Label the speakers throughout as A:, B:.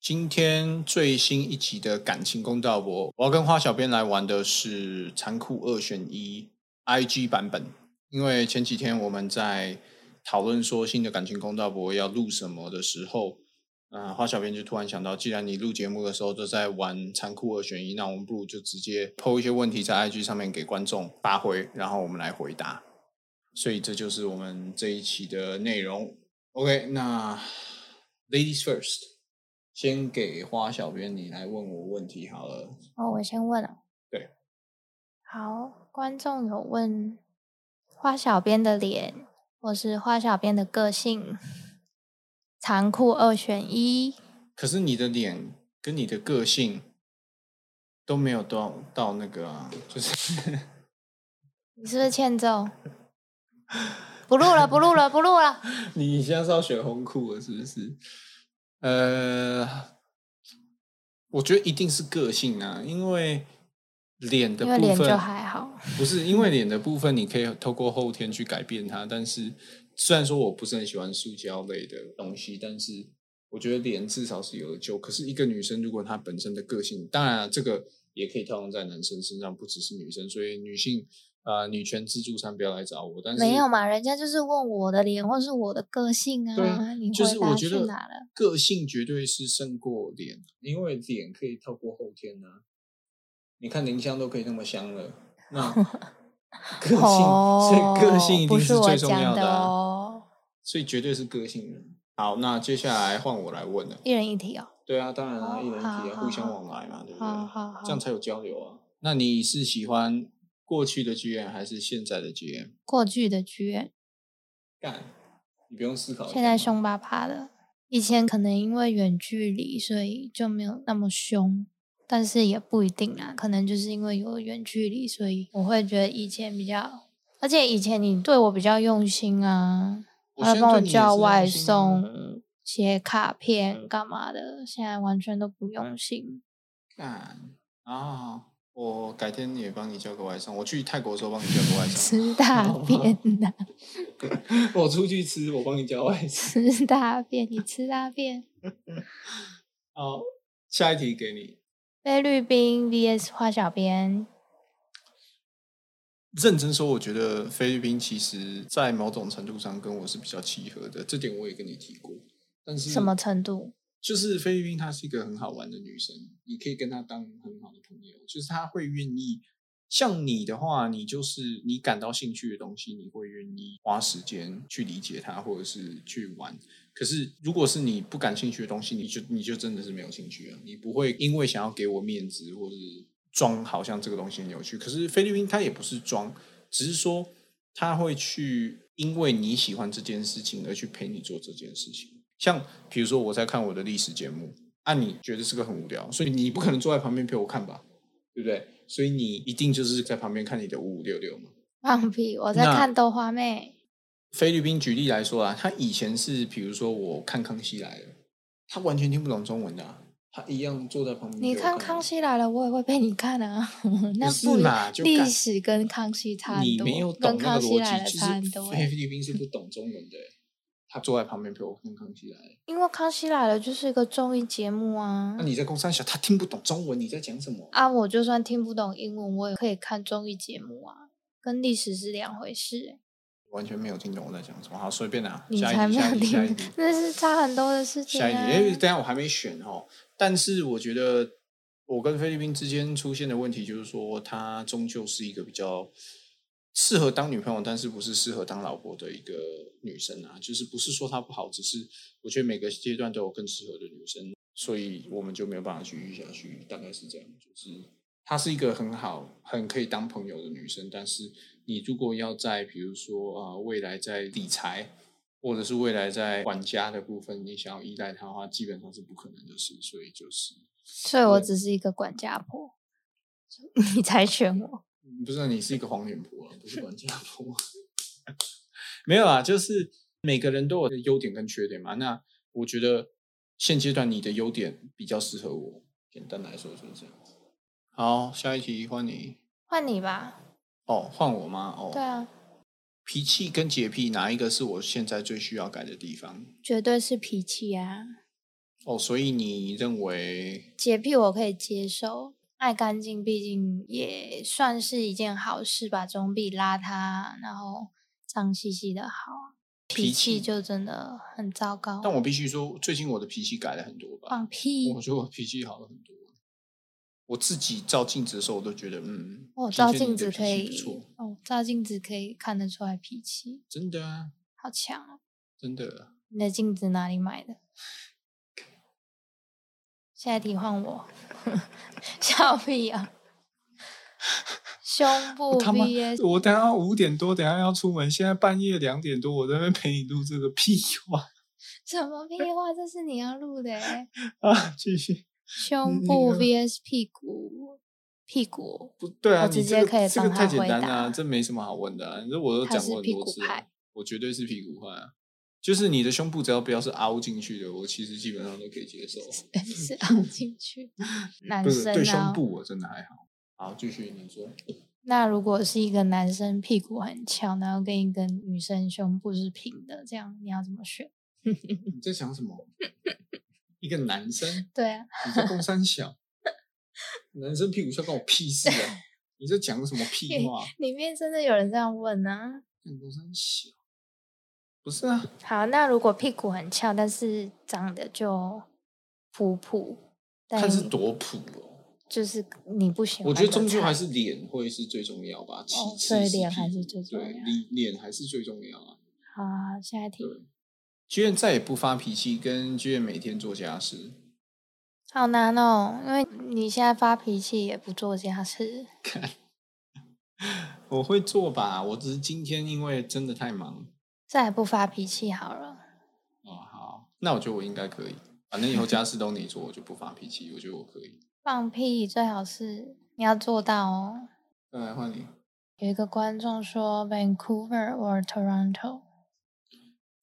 A: 今天最新一集的感情公道博，我要跟花小编来玩的是残酷二选一 IG 版本，因为前几天我们在讨论说新的感情公道博要录什么的时候，嗯、花小编就突然想到，既然你录节目的时候都在玩残酷二选一，那我们不如就直接抛一些问题在 IG 上面给观众发挥，然后我们来回答。所以这就是我们这一期的内容。OK，那 Ladies First，先给花小编你来问我问题好了。
B: 哦，我先问了。
A: 对。
B: 好，观众有问花小编的脸，或是花小编的个性，残酷二选一。
A: 可是你的脸跟你的个性都没有到到那个、啊， 就是
B: 你是不是欠揍？不录了，不录了，不录了。
A: 你现在是要选红裤了，是不是？呃，我觉得一定是个性啊，因为脸 的
B: 因
A: 部
B: 为
A: 分
B: 脸就还好，
A: 不是因为脸的部分，你可以透过后天去改变它。但是虽然说我不是很喜欢塑胶类的东西，但是我觉得脸至少是有的救。可是一个女生如果她本身的个性，当然、啊、这个也可以套用在男生身上，不只是女生。所以女性啊、呃女权自助餐不要来找我。但是
B: 没有嘛？人家就是问我的脸，或是我的个性啊。你
A: 就是
B: 回
A: 我
B: 答
A: 觉
B: 去
A: 得
B: 哪了？
A: 个性绝对是胜过脸，啊因为脸可以透过后天呢、你看林香都可以那么香了， 那个性，
B: 哦，
A: 所以个性一定
B: 不是我
A: 最重要
B: 讲的
A: 啊
B: 哦，
A: 所以绝对是个性人。好，那接下来换我来问了。
B: 一人一题哦。
A: 对啊，当然啊，
B: 好
A: 一人一题啊，
B: 好
A: 互相往来嘛，对不对？
B: 好好好
A: 这样才有交流啊。那你是喜欢过去的 GM 还是现在的 GM？
B: 过去的剧院
A: 干，你不用思考。
B: 现在凶巴巴的。以前可能因为远距离，所以就没有那么凶，但是也不一定啦。可能就是因为有远距离，所以我会觉得以前比较，而且以前你对我比较用心啊，
A: 我
B: 还
A: 现在
B: 会帮
A: 对
B: 我
A: 你也
B: 叫
A: 是
B: 外
A: 用心啊
B: 送、写卡片干嘛的，现在完全都不用心。
A: 干啊！我改天也帮你叫个外送。我去泰国的时候帮你叫个外送。
B: 吃大便啊呐、
A: 我出去吃，我帮你叫外送。
B: 吃大便，你吃大便。
A: 好，下一题给你。
B: 菲律宾 VS 花小编，
A: 认真说，我觉得菲律宾其实在某种程度上跟我是比较契合的，这点我也跟你提过。但是
B: 什么程度？
A: 就是菲律宾，她是一个很好玩的女生，你可以跟她当很好的朋友，就是她会愿意。像你的话，你就是你感到兴趣的东西，你会愿意花时间去理解它，或者是去玩。可是如果是你不感兴趣的东西，你就你就真的是没有兴趣了，你不会因为想要给我面子，或者是装好像这个东西很有趣。可是菲律宾它也不是装，只是说他会去因为你喜欢这件事情而去陪你做这件事情。像比如说我在看我的历史节目，啊，你觉得这个很无聊，所以你不可能坐在旁边陪我看吧，对不对？所以你一定就是在旁边看你的五五六六嘛。
B: 放屁！我在
A: 那
B: 看豆花妹。
A: 菲律宾举例来说啊，他以前是比如说我看《康熙来了》，他完全听不懂中文的啊、他一样坐在旁边。
B: 你看《康，熙来了》，我也会被你看啊。那
A: 啊不是
B: 一
A: 嘛
B: 样
A: 就
B: 历
A: 干
B: 史跟《康熙》差很
A: 你
B: 多，
A: 没有
B: 跟
A: 懂
B: 《
A: 那
B: 康
A: 个
B: 熙来
A: 逻
B: 了》
A: 辑，
B: 差很
A: 就是
B: 多欸。
A: 菲律宾是不懂中文的欸、他坐在旁边陪我看《康熙来了》。
B: 因为《康熙来了》就是一个综艺节目啊
A: 那。你在公山小，他听不懂中文，你在讲什么？
B: 啊，我就算听不懂英文，我也可以看综艺节目啊，跟历史是两回事欸。
A: 完全没有听懂我在讲什么。好，随便拿，
B: 你
A: 下
B: 才
A: 一
B: 没
A: 题，下
B: 有
A: 一题，下一
B: 听
A: 题，，
B: 那是差很多的事情
A: 下一题。
B: 啊
A: 哎。，等一下我还没选哦。但是我觉得我跟菲律宾之间出现的问题就是说，她终究是一个比较适合当女朋友，但是不是适合当老婆的一个女生啊。就是不是说她不好，只是我觉得每个阶段都有更适合的女生，所以我们就没有办法继续下去，大概是这样。就是她是一个很好、很可以当朋友的女生，但是你如果要在比如说啊、呃未来在理财。或者是未来在管家的部分，你想要依赖他的话，基本上是不可能的事。所以就是，
B: 所以我
A: 对
B: 只是一个管家婆， 你才选我。
A: 嗯不是你是一个黄脸婆、啊，不是管家婆。 没有啊，就是每个人都有优点跟缺点嘛。那我觉得现阶段你的优点比较适合我，简单来说就是这样。好，下一题换你。
B: 换你吧。
A: 哦，换我吗？哦，
B: 对啊，
A: 脾气跟洁癖哪一个是我现在最需要改的地方？
B: 绝对是脾气啊。
A: 哦，所以你认为
B: 洁癖我可以接受，爱干净毕竟也算是一件好事吧，总比邋遢然后脏兮兮的好啊。
A: 脾
B: 脾
A: 气
B: 气就真的很糟糕。
A: 但我必须说，最近我的脾气改了很多吧。
B: 放屁
A: 我！觉得我脾气好了很多。我自己照镜子的时候，我都觉得，嗯，
B: 我
A: 今
B: 哦照
A: 天你
B: 镜
A: 的
B: 子
A: 脾
B: 可
A: 气不
B: 以
A: 错，
B: 哦，照镜子可以看得出来脾气，
A: 真的啊，
B: 好强哦！
A: 真的。啊
B: 你的镜子哪里买的？下一题换我， 笑屁啊！胸部
A: 我他妈
B: VS，
A: 我等下五点多，等下要出门，现在半夜两点多，我在那边陪你录这个屁话
B: 什么屁话？这是你要录的欸、
A: 啊！继续，
B: 胸
A: 你
B: 部
A: 要
B: VS 屁股，屁股
A: 不对啊，
B: 我
A: 你
B: 直
A: 这
B: 接
A: 个
B: 可以
A: 这个
B: 帮
A: 太
B: 他
A: 简
B: 回
A: 单啦、
B: 答
A: 这没什么好问的、啊，这我都
B: 他
A: 讲
B: 是
A: 过很
B: 屁
A: 多
B: 股
A: 次了
B: 派
A: 我绝对是屁股派、啊。就是你的胸部只要不要是凹进去的，我其实基本上都可以接受。
B: 是凹进去。男
A: 不是对
B: 生
A: 胸
B: 啊，
A: 部我真的还好。好，继续你说。
B: 那如果是一个男生屁股很翘，然后跟一个女生胸部是平的，这样你要怎么选？
A: 你在想什么？一个男生，
B: 对啊，
A: 你在公三小，男生屁股翘跟我屁事啊！你在讲什么屁话？
B: 里面真的有人这样问啊。
A: 干公三小，不是啊？
B: 好，那如果屁股很翘，但是长得就普普，但
A: 看是多普哦。
B: 就是你不喜欢
A: 我
B: 的
A: 觉
B: 菜，
A: 得终究还是脸会是最重要吧，其次
B: 所以
A: 是
B: 哦脸
A: 屁
B: 还是
A: 股
B: 最重
A: 对
B: 要
A: 脸脸还是最重要啊。
B: 好啊。下一题，
A: 对，居然再也不发脾气，跟居然每天做家事，
B: 好难哦，因为你现在发脾气也不做家事，
A: 我会做吧。我只是今天因为真的太忙，
B: 再也不发脾气好了。
A: 哦，好，那我觉得我应该可以。反正以后家事都你做，我就不发脾气。我觉得我可以。
B: 放屁最好是你要做到哦。
A: 再来换你
B: 有一个观众说 Vancouver or Toronto，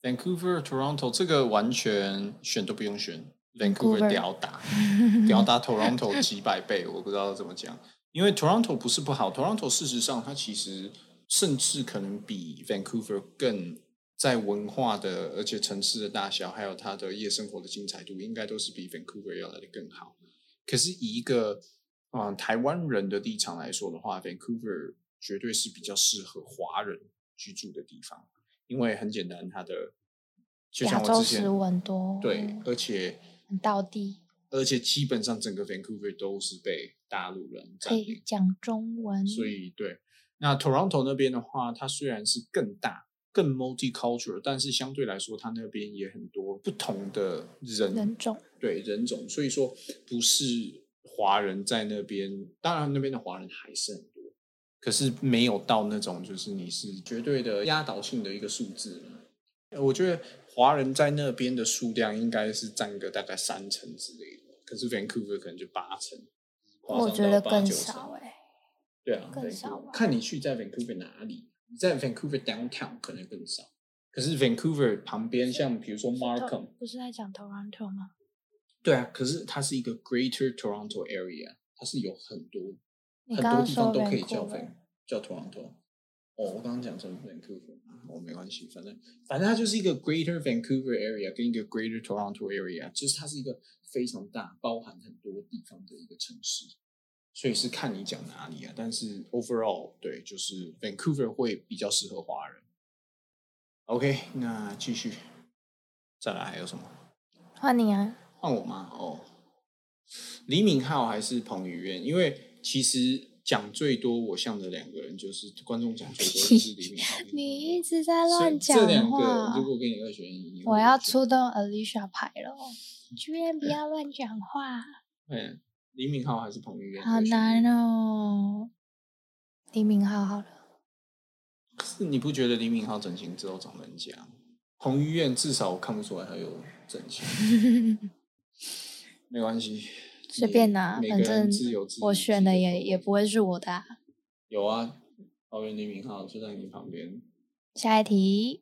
A: ，Vancouver、Toronto 这个完全选都不用选
B: Vancouver
A: ，Vancouver 屌打， 屌打 Toronto 几百倍，我不知道怎么讲。因为 Toronto 不是不好，Toronto 事实上它其实甚至可能比 Vancouver 更在文化的，而且城市的大小，还有它的夜生活的精彩度，应该都是比 Vancouver 要来的更好。可是以一个啊、呃台湾人的立场来说的话，Vancouver 绝对是比较适合华人居住的地方，因为很简单，它的就
B: 亚
A: 像
B: 洲
A: 我之前
B: 食物嗯很多，
A: 对，而且
B: 很道地，
A: 而且基本上整个 Vancouver 都是被大陆人
B: 可
A: 占
B: 以
A: 领，
B: 讲中文，
A: 所以对。那 Toronto 那边的话，它虽然是更大、更 multicultural，但是相对来说，它那边也很多不同的人
B: 人种
A: 对人种，所以说不是华人在那边，当然那边的华人还是很多，可是没有到那种就是你是绝对的压倒性的一个数字嘛。呃我觉得华人在那边的数量应该是占个大概三成之类的，可是 Vancouver 可能就八成，夸
B: 我
A: 张
B: 觉
A: 到
B: 得
A: 八
B: 更
A: 九
B: 少
A: 成
B: 哎、
A: 对啊，
B: 更少
A: Vancouver
B: 吧
A: 看你去在 Vancouver 哪里，你在 Vancouver downtown 可能更少，可是 Vancouver 旁边像比如说 Markham。
B: 不是在讲 Toronto 吗？
A: 对啊，可是它是一个 Greater Toronto Area，它是有很多
B: 你
A: 很多
B: 刚刚
A: 地方
B: 说
A: 都可以叫
B: Vancouver
A: Van 叫 Toronto。哦，我刚刚讲成 Vancouver，哦，没关系，反正反正它就是一个 Greater Vancouver Area 跟一个 Greater Toronto Area，就是它是一个非常大，包含很多地方的一个城市。所以是看你讲哪里啊，但是 overall 对，就是 Vancouver 会比较适合华人。OK，那继续，再来还有什么？
B: 换你啊，
A: 换我吗？哦，李敏镐还是彭于晏？因为其实讲最多我像的两个人，就是观众讲最多的是李敏镐跟彭于晏。
B: 你一直在
A: 所以
B: 乱讲
A: 这两
B: 话
A: 个，。如果给你二选一，你会
B: 我要
A: 选
B: 出动 Alicia 牌了，哦居然不要乱讲话，
A: 嗯，李敏镐还是彭于晏？
B: 好难！哦。李敏镐好了，
A: 可是你不觉得李敏镐整形之后长得很假？彭于晏至少我看不出来他有整形， 没关系，
B: 随
A: 你
B: 便拿，
A: 每
B: 反
A: 个人
B: 正
A: 自由自
B: 我
A: 己
B: 选
A: 自
B: 的
A: 己
B: 也
A: 口
B: 也
A: 味
B: 不会是我的啊、
A: 有啊。桃园李敏镐就在你旁边，
B: 下一题，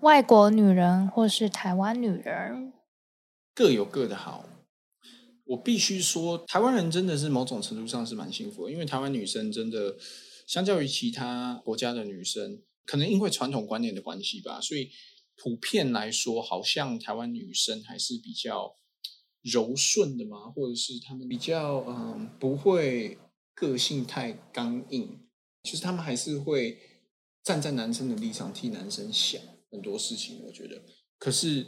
B: 外国女人或是台湾女人，
A: 各有各的好。我必须说，台湾人真的是某种程度上是蛮幸福的，因为台湾女生真的相较于其他国家的女生，可能因为传统观念的关系吧，所以普遍来说，好像台湾女生还是比较柔顺的吗？或者是他们比较嗯不会个性太刚硬，就是他们还是会站在男生的立场替男生想很多事情。我觉得，可是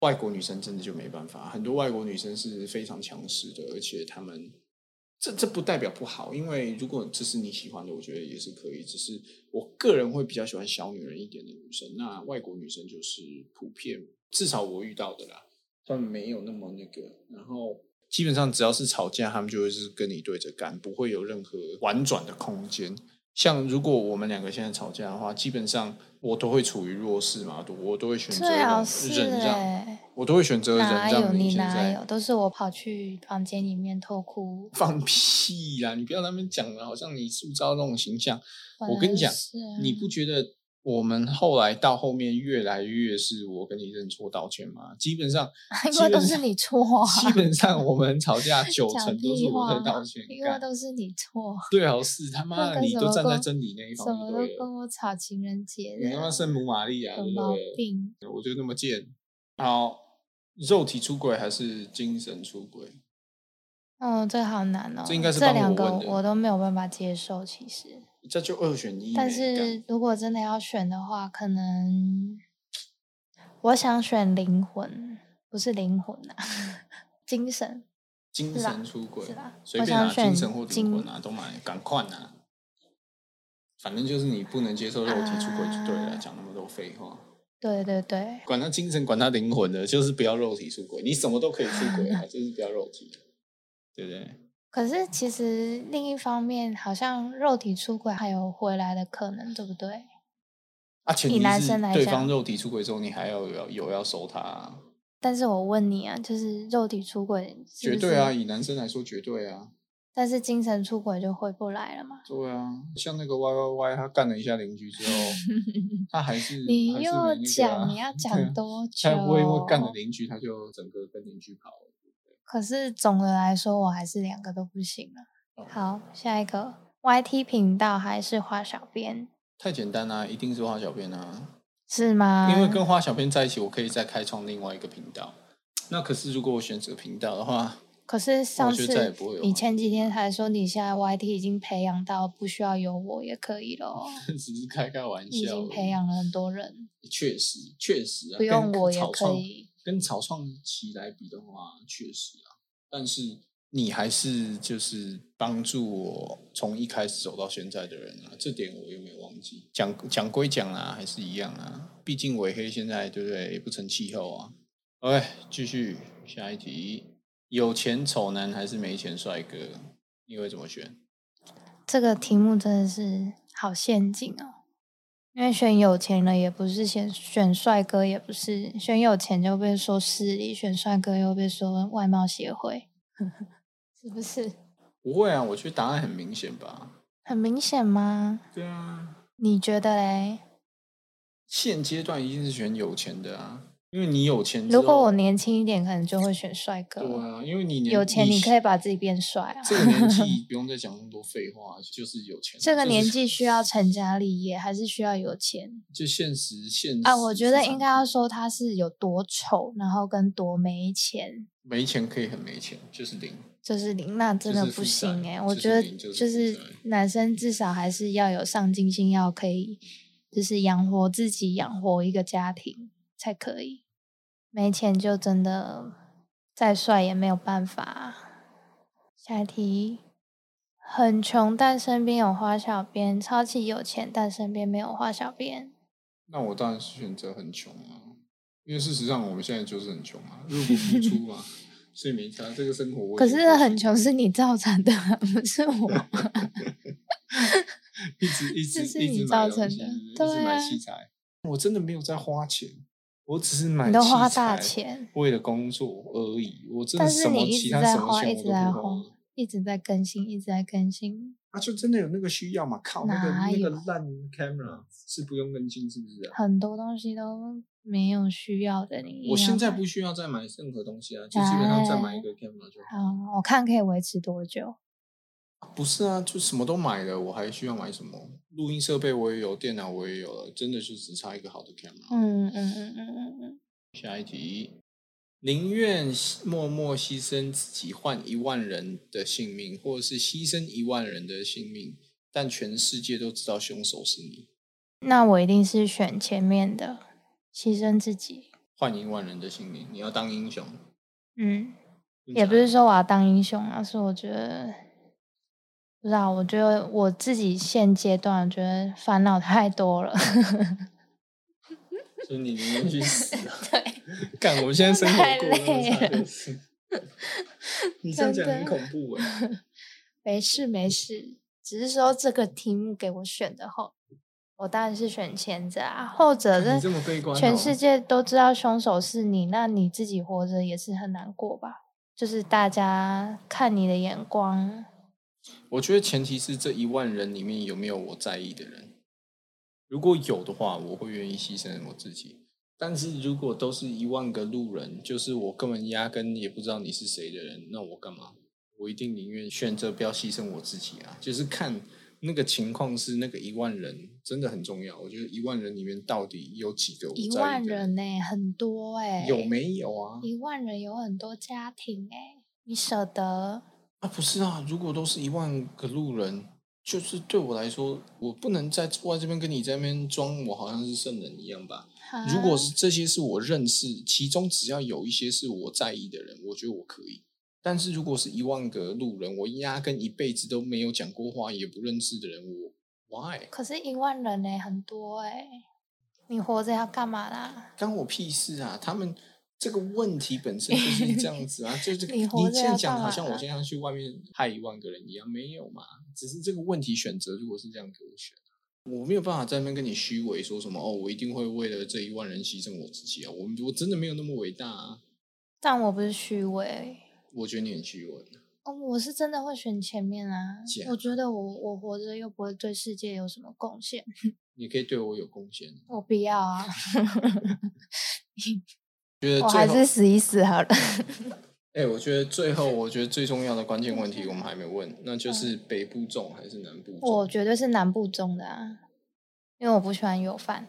A: 外国女生真的就没办法，很多外国女生是非常强势的，而且她们这这不代表不好，因为如果这是你喜欢的，我觉得也是可以。只是我个人会比较喜欢小女人一点的女生，那外国女生就是普遍，至少我遇到的啦，他们没有那么那个。然后基本上只要是吵架，他们就会是跟你对着干，不会有任何婉转的空间。像如果我们两个现在吵架的话，基本上我都会处于弱势嘛，我都会选择
B: 最好是
A: 忍让，
B: 哎、
A: 我都会选择忍
B: 哪有
A: 让
B: 你
A: 现
B: 哪
A: 在。
B: 有，都是我跑去房间里面偷哭。
A: 放屁啦！你不要在那边讲了，好像你塑造那种形象。
B: 本
A: 我
B: 来
A: 跟你
B: 就
A: 讲
B: 是啊，
A: 你不觉得我们后来到后面越来越是我跟你认错道歉吗？基本上
B: 啊因
A: 基
B: 为都
A: 本
B: 是
A: 上
B: 你错啊，
A: 基本上我们吵架九
B: 讲
A: 成都是
B: 屁
A: 我在
B: 话
A: 道歉。
B: 因为
A: 干
B: 都是你错，
A: 最好哦是他妈的
B: 那个
A: 你
B: 什
A: 都
B: 么
A: 站在
B: 跟
A: 真理那一
B: 什
A: 方
B: 么
A: 就
B: 都
A: 对了，
B: 跟我吵情人节
A: 你他妈
B: 的，
A: 圣母玛利亚
B: 有
A: 对不
B: 毛
A: 对？
B: 病。
A: 我就那么贱。好，肉体出轨还是精神出轨？
B: 哦，这好难哦，
A: 这应该是帮
B: 两
A: 我
B: 个
A: 问的
B: 我都没有办法接受，其实。
A: 这就二选一没。
B: 但
A: 干
B: 是如果真的要选的话，可能我想选灵魂，不是灵魂啊， 精神
A: 精
B: 是吧
A: 神出轨
B: 是吧？
A: 随
B: 我
A: 便
B: 想
A: 啊，精
B: 选
A: 神或灵
B: 精
A: 魂啊，都买，赶快啊！反正就是你不能接受肉体出轨就对了，
B: 啊
A: 讲、那么多废话，
B: 对对对，
A: 管他精神，管他灵魂的，就是不要肉体出轨，你什么都可以出 轨啊，就是不要肉体，对不对？
B: 可是其实另一方面，好像肉体出轨还有回来的可能，对不对？
A: 啊，前
B: 以
A: 提
B: 男
A: 是
B: 生来
A: 对
B: 讲
A: 方肉体出轨之后，你还要有有要收他、啊，
B: 但是我问你啊，就是肉体出轨是
A: 绝
B: 不
A: 对啊，
B: 是
A: 以男生来说绝对啊，
B: 但是精神出轨就回不来了嘛？
A: 对啊，像那个 Y Y Y，他干了一下邻居 之后，他还是
B: 你
A: 嗯还是
B: 又
A: 没那个
B: 讲，
A: 啊
B: 你要
A: 对 啊
B: 讲多久？
A: 他不会因为干了邻居，他就整个跟邻居跑了。
B: 可是总的来说，我还是两个都不行啊。
A: 哦
B: 好，下一个 YT 频道还是花小编
A: 太简单啦、一定是花小编啊，
B: 是吗？
A: 因为跟花小编在一起，我可以再开创另外一个频道。那可是如果我选择频道的话，
B: 可是上
A: 觉得再也
B: 次
A: 不会有
B: 你
A: 了
B: 前几天才说你现在 YT 已经培养到不需要有我也可 以了，哦
A: 只是开开玩
B: 你已
A: 笑而
B: 经
A: 已。
B: 培养了很多人，
A: 确实确实啊，
B: 不用
A: 跟
B: 我也
A: 草
B: 可
A: 创
B: 以。
A: 跟草创期来比的话，确实啊，但是你还是就是帮助我从一开始走到现在的人啊，这点我又没有忘记。讲讲归讲啊，还是一样啊，毕竟尾黑现在对不对也不成气候啊。OK，继续下一题，有钱丑男还是没钱帅哥？你会怎么选？
B: 这个题目真的是好陷阱哦，因为选有钱了也不是，选选帅哥也不是，选有钱就被说势力，选帅哥又被说外貌协会， 是不是
A: 不会啊，我觉得答案很明显吧。
B: 很明显吗？
A: 对啊，
B: 你觉得嘞？
A: 现阶段一定是选有钱的啊，因为你有钱之后。
B: 如果我年轻一点，可能就会选帅哥。
A: 对啊，因为你年
B: 有钱你
A: 是
B: 可以把自己变帅 啊。
A: 这个年纪不用再讲那么多废话， 就是有钱。
B: 这个
A: 就是
B: 年纪需要成家立业，还是需要有钱
A: 就现实现
B: 啊？
A: 实
B: 我觉得
A: 是
B: 应该要说他是有多丑，然后跟多没钱，
A: 没钱可以很没钱，就是零。
B: 就是零，那真
A: 就是
B: 的不
A: 负
B: 行
A: 债
B: 哎、我
A: 就是
B: 觉得
A: 零就是负
B: 就是
A: 债
B: 男生至少还是要有上进心，要可以就是养活自己、养活一个家庭才可以。没钱就真的再帅也没有办法。下一题，很穷但身边有花小编，超级有钱但身边没有花小编。
A: 那我当然是选择很穷啊，因为事实上我们现在就是很穷啊，入不敷出 嘛，所以没差。这个生活我
B: 可
A: 已经
B: 是
A: 过
B: 很
A: 去
B: 穷是你造成的， 不是 我。
A: 一直一直
B: 这是
A: 一直
B: 你
A: 买
B: 造
A: 东
B: 成
A: 西
B: 的
A: 一直
B: 对
A: 买
B: 啊
A: 器材，我真的没有在花钱，我只是买
B: 你都
A: 器
B: 花大
A: 材
B: 钱，
A: 为了工作而已，我真的
B: 但是
A: 什
B: 你
A: 么
B: 一
A: 其
B: 直
A: 他
B: 在
A: 什么
B: 花，
A: 钱
B: 一
A: 我
B: 直
A: 都不啊
B: 在
A: 花
B: 花。，一直在更新，一直在更新，
A: 啊，就真的有那个需要嘛？靠，那个
B: 哪
A: 那个
B: 有
A: 烂 camera 是不用更新，是不是啊、
B: 很多东西都没有需要的。你硬
A: 我现
B: 要
A: 在
B: 买
A: 不需要再买任何东西啊，
B: 哎
A: 就基本上再买一个 camera 就好。
B: 好，嗯我看可以维持多久？
A: 不是啊，就什么都买了，我还需要买什么？录音设备我也有，电脑我也有
B: 嗯
A: 了，真的就只差一个好的 camera。
B: 嗯嗯嗯嗯嗯嗯，
A: 下一题，宁愿默默牺牲自己换一万人的性命，或者是牺牲一万人的性命，但全世界都知道凶手是你，
B: 那我一定是选前面的，牺牲自己。
A: 换一万人的性命，你要当英雄。
B: 嗯，
A: 真
B: 也
A: 假
B: 不是
A: 的
B: 说我要当英雄啊，是我觉得，不知道，我觉得我自己现阶段我觉得烦恼太多了。
A: 所以你宁愿去死啊！
B: 对，
A: 干，我们现在生活
B: 太
A: 过得那么
B: 累
A: 差
B: 了
A: 就是 你这样
B: 真
A: 讲很
B: 的
A: 恐怖哎、
B: 没事没事，只是说这个题目给我选的后，我当然是选前者啊，后者
A: 你这
B: 是
A: 么悲观、哦，
B: 全世界都知道凶手是你，那你自己活着也是很难过吧？就是大家看你的眼光，
A: 我觉得前提是这一万人里面有没有我在意的人，如果有的话，我会愿意牺牲我自己。但是如果都是一万个路人，就是我根本压根也不知道你是谁的人，那我干嘛？我一定宁愿选择不要牺牲我自己啊！就是看那个情况是那个一万人真的很重要。我觉得一万人里面到底有几个我在意
B: 一
A: 的
B: 万人呢、很多哎、
A: 有没有啊？
B: 一万人有很多家庭哎、你舍得？
A: 啊，不是啊，如果都是一万个路人，就是对我来说，我不能再坐在这边跟你在那边装我好像是圣人一样吧。如果
B: 啊
A: 是这些是我认识，其中只要有一些是我在意的人，我觉得我可以。但是如果是一万个路人，我压根一辈子都没有讲过话，也不认识的人，我 why
B: 可是一万人呢、很多哎、你活着要干嘛啦？
A: 干我屁事啊？他们这个问题本身就是这样子啊，就是
B: 你活着
A: 现在
B: 要
A: 讲
B: 干
A: 好
B: 嘛
A: 像我
B: 啊
A: 现在要去外面害一万个人一样，没有嘛？只是这个问题选择，如果是这样给我选。啊我没有办法在那边跟你虚伪说什么哦，我一定会为了这一万人牺牲我自己啊！我我真的没有那么伟大啊！
B: 但我不是虚伪。
A: 我觉得你很虚伪。啊
B: 哦，我是真的会选前面啊
A: 假！
B: 我觉得我我活着又不会对世界有什么贡献，
A: 你可以对我有贡献。
B: 我不要啊！
A: 觉得
B: 我
A: 最
B: 还
A: 后，
B: 是死一死好了。
A: 哎、我觉得最后，我觉得最重要的关键问题我们还没问，那就是北部重还是南部重？
B: 我绝对是南部中的啊，因为我不喜欢有饭。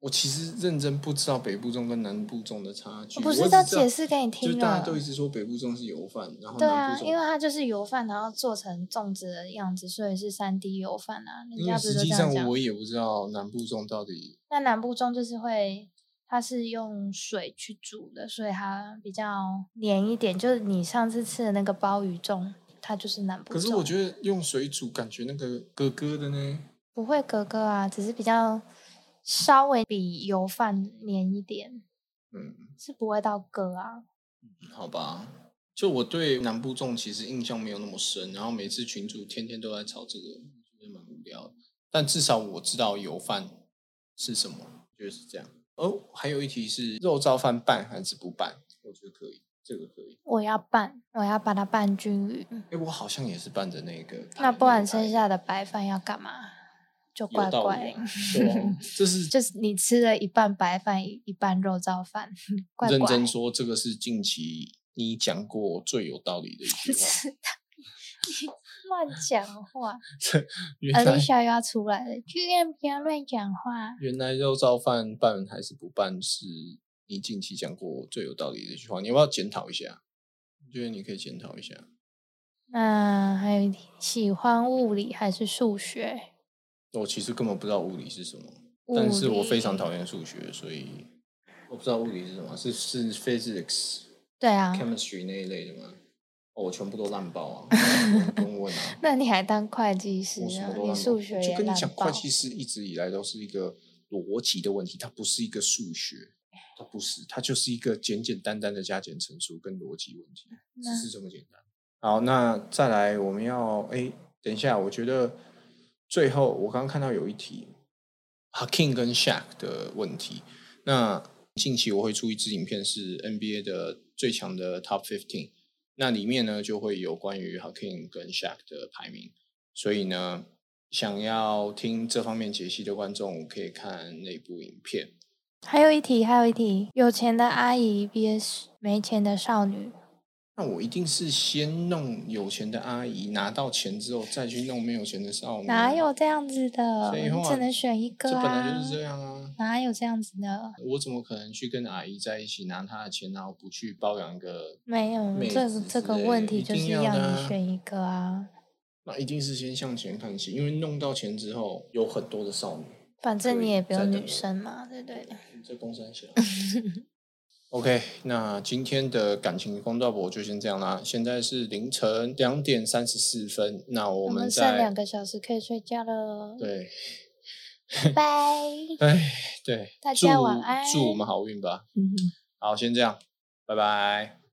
A: 我其实认真不知道北部重跟南部重的差距。
B: 我不
A: 我
B: 是
A: 只
B: 都
A: 知道
B: 解释给你
A: 就
B: 听
A: 大
B: 了
A: 家？都一直说北部粽是油饭，然后
B: 对
A: 南部
B: 啊，
A: 粽，
B: 因为它就是油饭，然后做成粽子的样子，所以是三 D 油饭啊。人
A: 因
B: 家
A: 为
B: 不是
A: 实
B: 都
A: 际
B: 这样
A: 上
B: 讲？
A: 我也不知道南部粽到底
B: 那南部粽就是会，它是用水去煮的，所以它比较黏一点。就是你上次吃的那个鲍鱼粽，它就是南部粽。
A: 可是我觉得用水煮，感觉那个咯咯的呢。
B: 不会格格啊，只是比较稍微比油饭黏一点，
A: 嗯，
B: 是不会到格啊。
A: 好吧。就我对南部粽其实印象没有那么深，然后每次群主天天都在吵这个，觉得蛮无聊的。但至少我知道油饭是什么，就是这样。哦，还有一题是肉燥饭拌还是不拌？我觉得可以，这个可以。
B: 我要拌，我要把它拌均匀。
A: 哎、我好像也是拌着那个排。
B: 那不然
A: 个排
B: 剩下的白饭要干嘛？就
A: 有
B: 怪
A: 道
B: 怪
A: 理
B: 的
A: 啊，，对啊这是
B: 就是你吃了一半白饭，一一半肉燥饭，怪
A: 认
B: 怪。
A: 真哦说，这个是近期你讲过最有道理的一句话。
B: 乱讲 话。
A: 原来
B: Alicia 又要出来了，居然不要乱讲话。
A: 原来肉燥饭拌还是不拌，是你近期讲过最有道理的一句话。你要不要检讨一下？我觉得你可以检讨一下。
B: 那还有一题，喜欢物理还是数学？
A: 我其实根本不知道物理是什么，
B: 物
A: 但是我非常
B: 理
A: 讨厌数学，所以我不知道物理是什么，是是 physics、
B: 对啊，
A: chemistry 那一类的吗？哦，我全部都烂爆啊！不用问啊。
B: 那你还当会计师
A: 我什
B: 啊
A: 么？都
B: 你
A: 烂
B: 数
A: 过
B: 学
A: 就
B: 也
A: 跟你
B: 烂
A: 讲，
B: 爆
A: 会。计师一直以来都是一个逻辑的问题，它不是一个数学，它不是，它就是一个简简单单的加减乘除跟逻辑问题，
B: 那
A: 只是这么简单。好，那再来，我们要哎，等一下，我觉得最后我刚刚看到有一题 Hakim 跟 Shaq 的问题，那近期我会出一支影片是 NBA 的最强的 Top Fifteen。那里面呢就会有关于 Hakim 跟 Shaq 的排名，所以呢，想要听这方面解析的观众可以看那部影片。嗯
B: 还有一题，还有一题，有钱的阿姨 VS 没钱的少女，
A: 那我一定是先弄有钱的阿姨，拿到钱之后再去弄没有钱的少女。啊
B: 哪有？这样子的？
A: 所以
B: 你
A: 后
B: 只
A: 来
B: 能选一
A: 这
B: 个
A: 本来
B: 啊
A: 就！是这样啊！
B: 哪有这样子的？
A: 我怎么可能去跟阿姨在一起拿她的钱，然后不去包养一个？
B: 没有
A: 妹
B: 这
A: 子
B: 个这
A: 之
B: 个
A: 类
B: 问
A: 的
B: 题，
A: 一
B: 就是
A: 定要的
B: 你
A: 啊
B: 选一个啊。
A: 那一定是先向前看齐，因为弄到钱之后有很多的少女。
B: 反正
A: 对
B: 你也不
A: 再
B: 用
A: 等
B: 女
A: 我
B: 生嘛，对不对？
A: 这公山小。OK，那今天的感情公道博就先这样啦。现在是凌晨两点三十四分，那我
B: 我
A: 们
B: 们剩
A: 在
B: 两个小时可以睡觉了，
A: 对，
B: 拜拜。
A: 哎，对，
B: 大家
A: 祝
B: 晚安
A: 祝我们好运吧。
B: 嗯
A: 好，先这样，拜拜。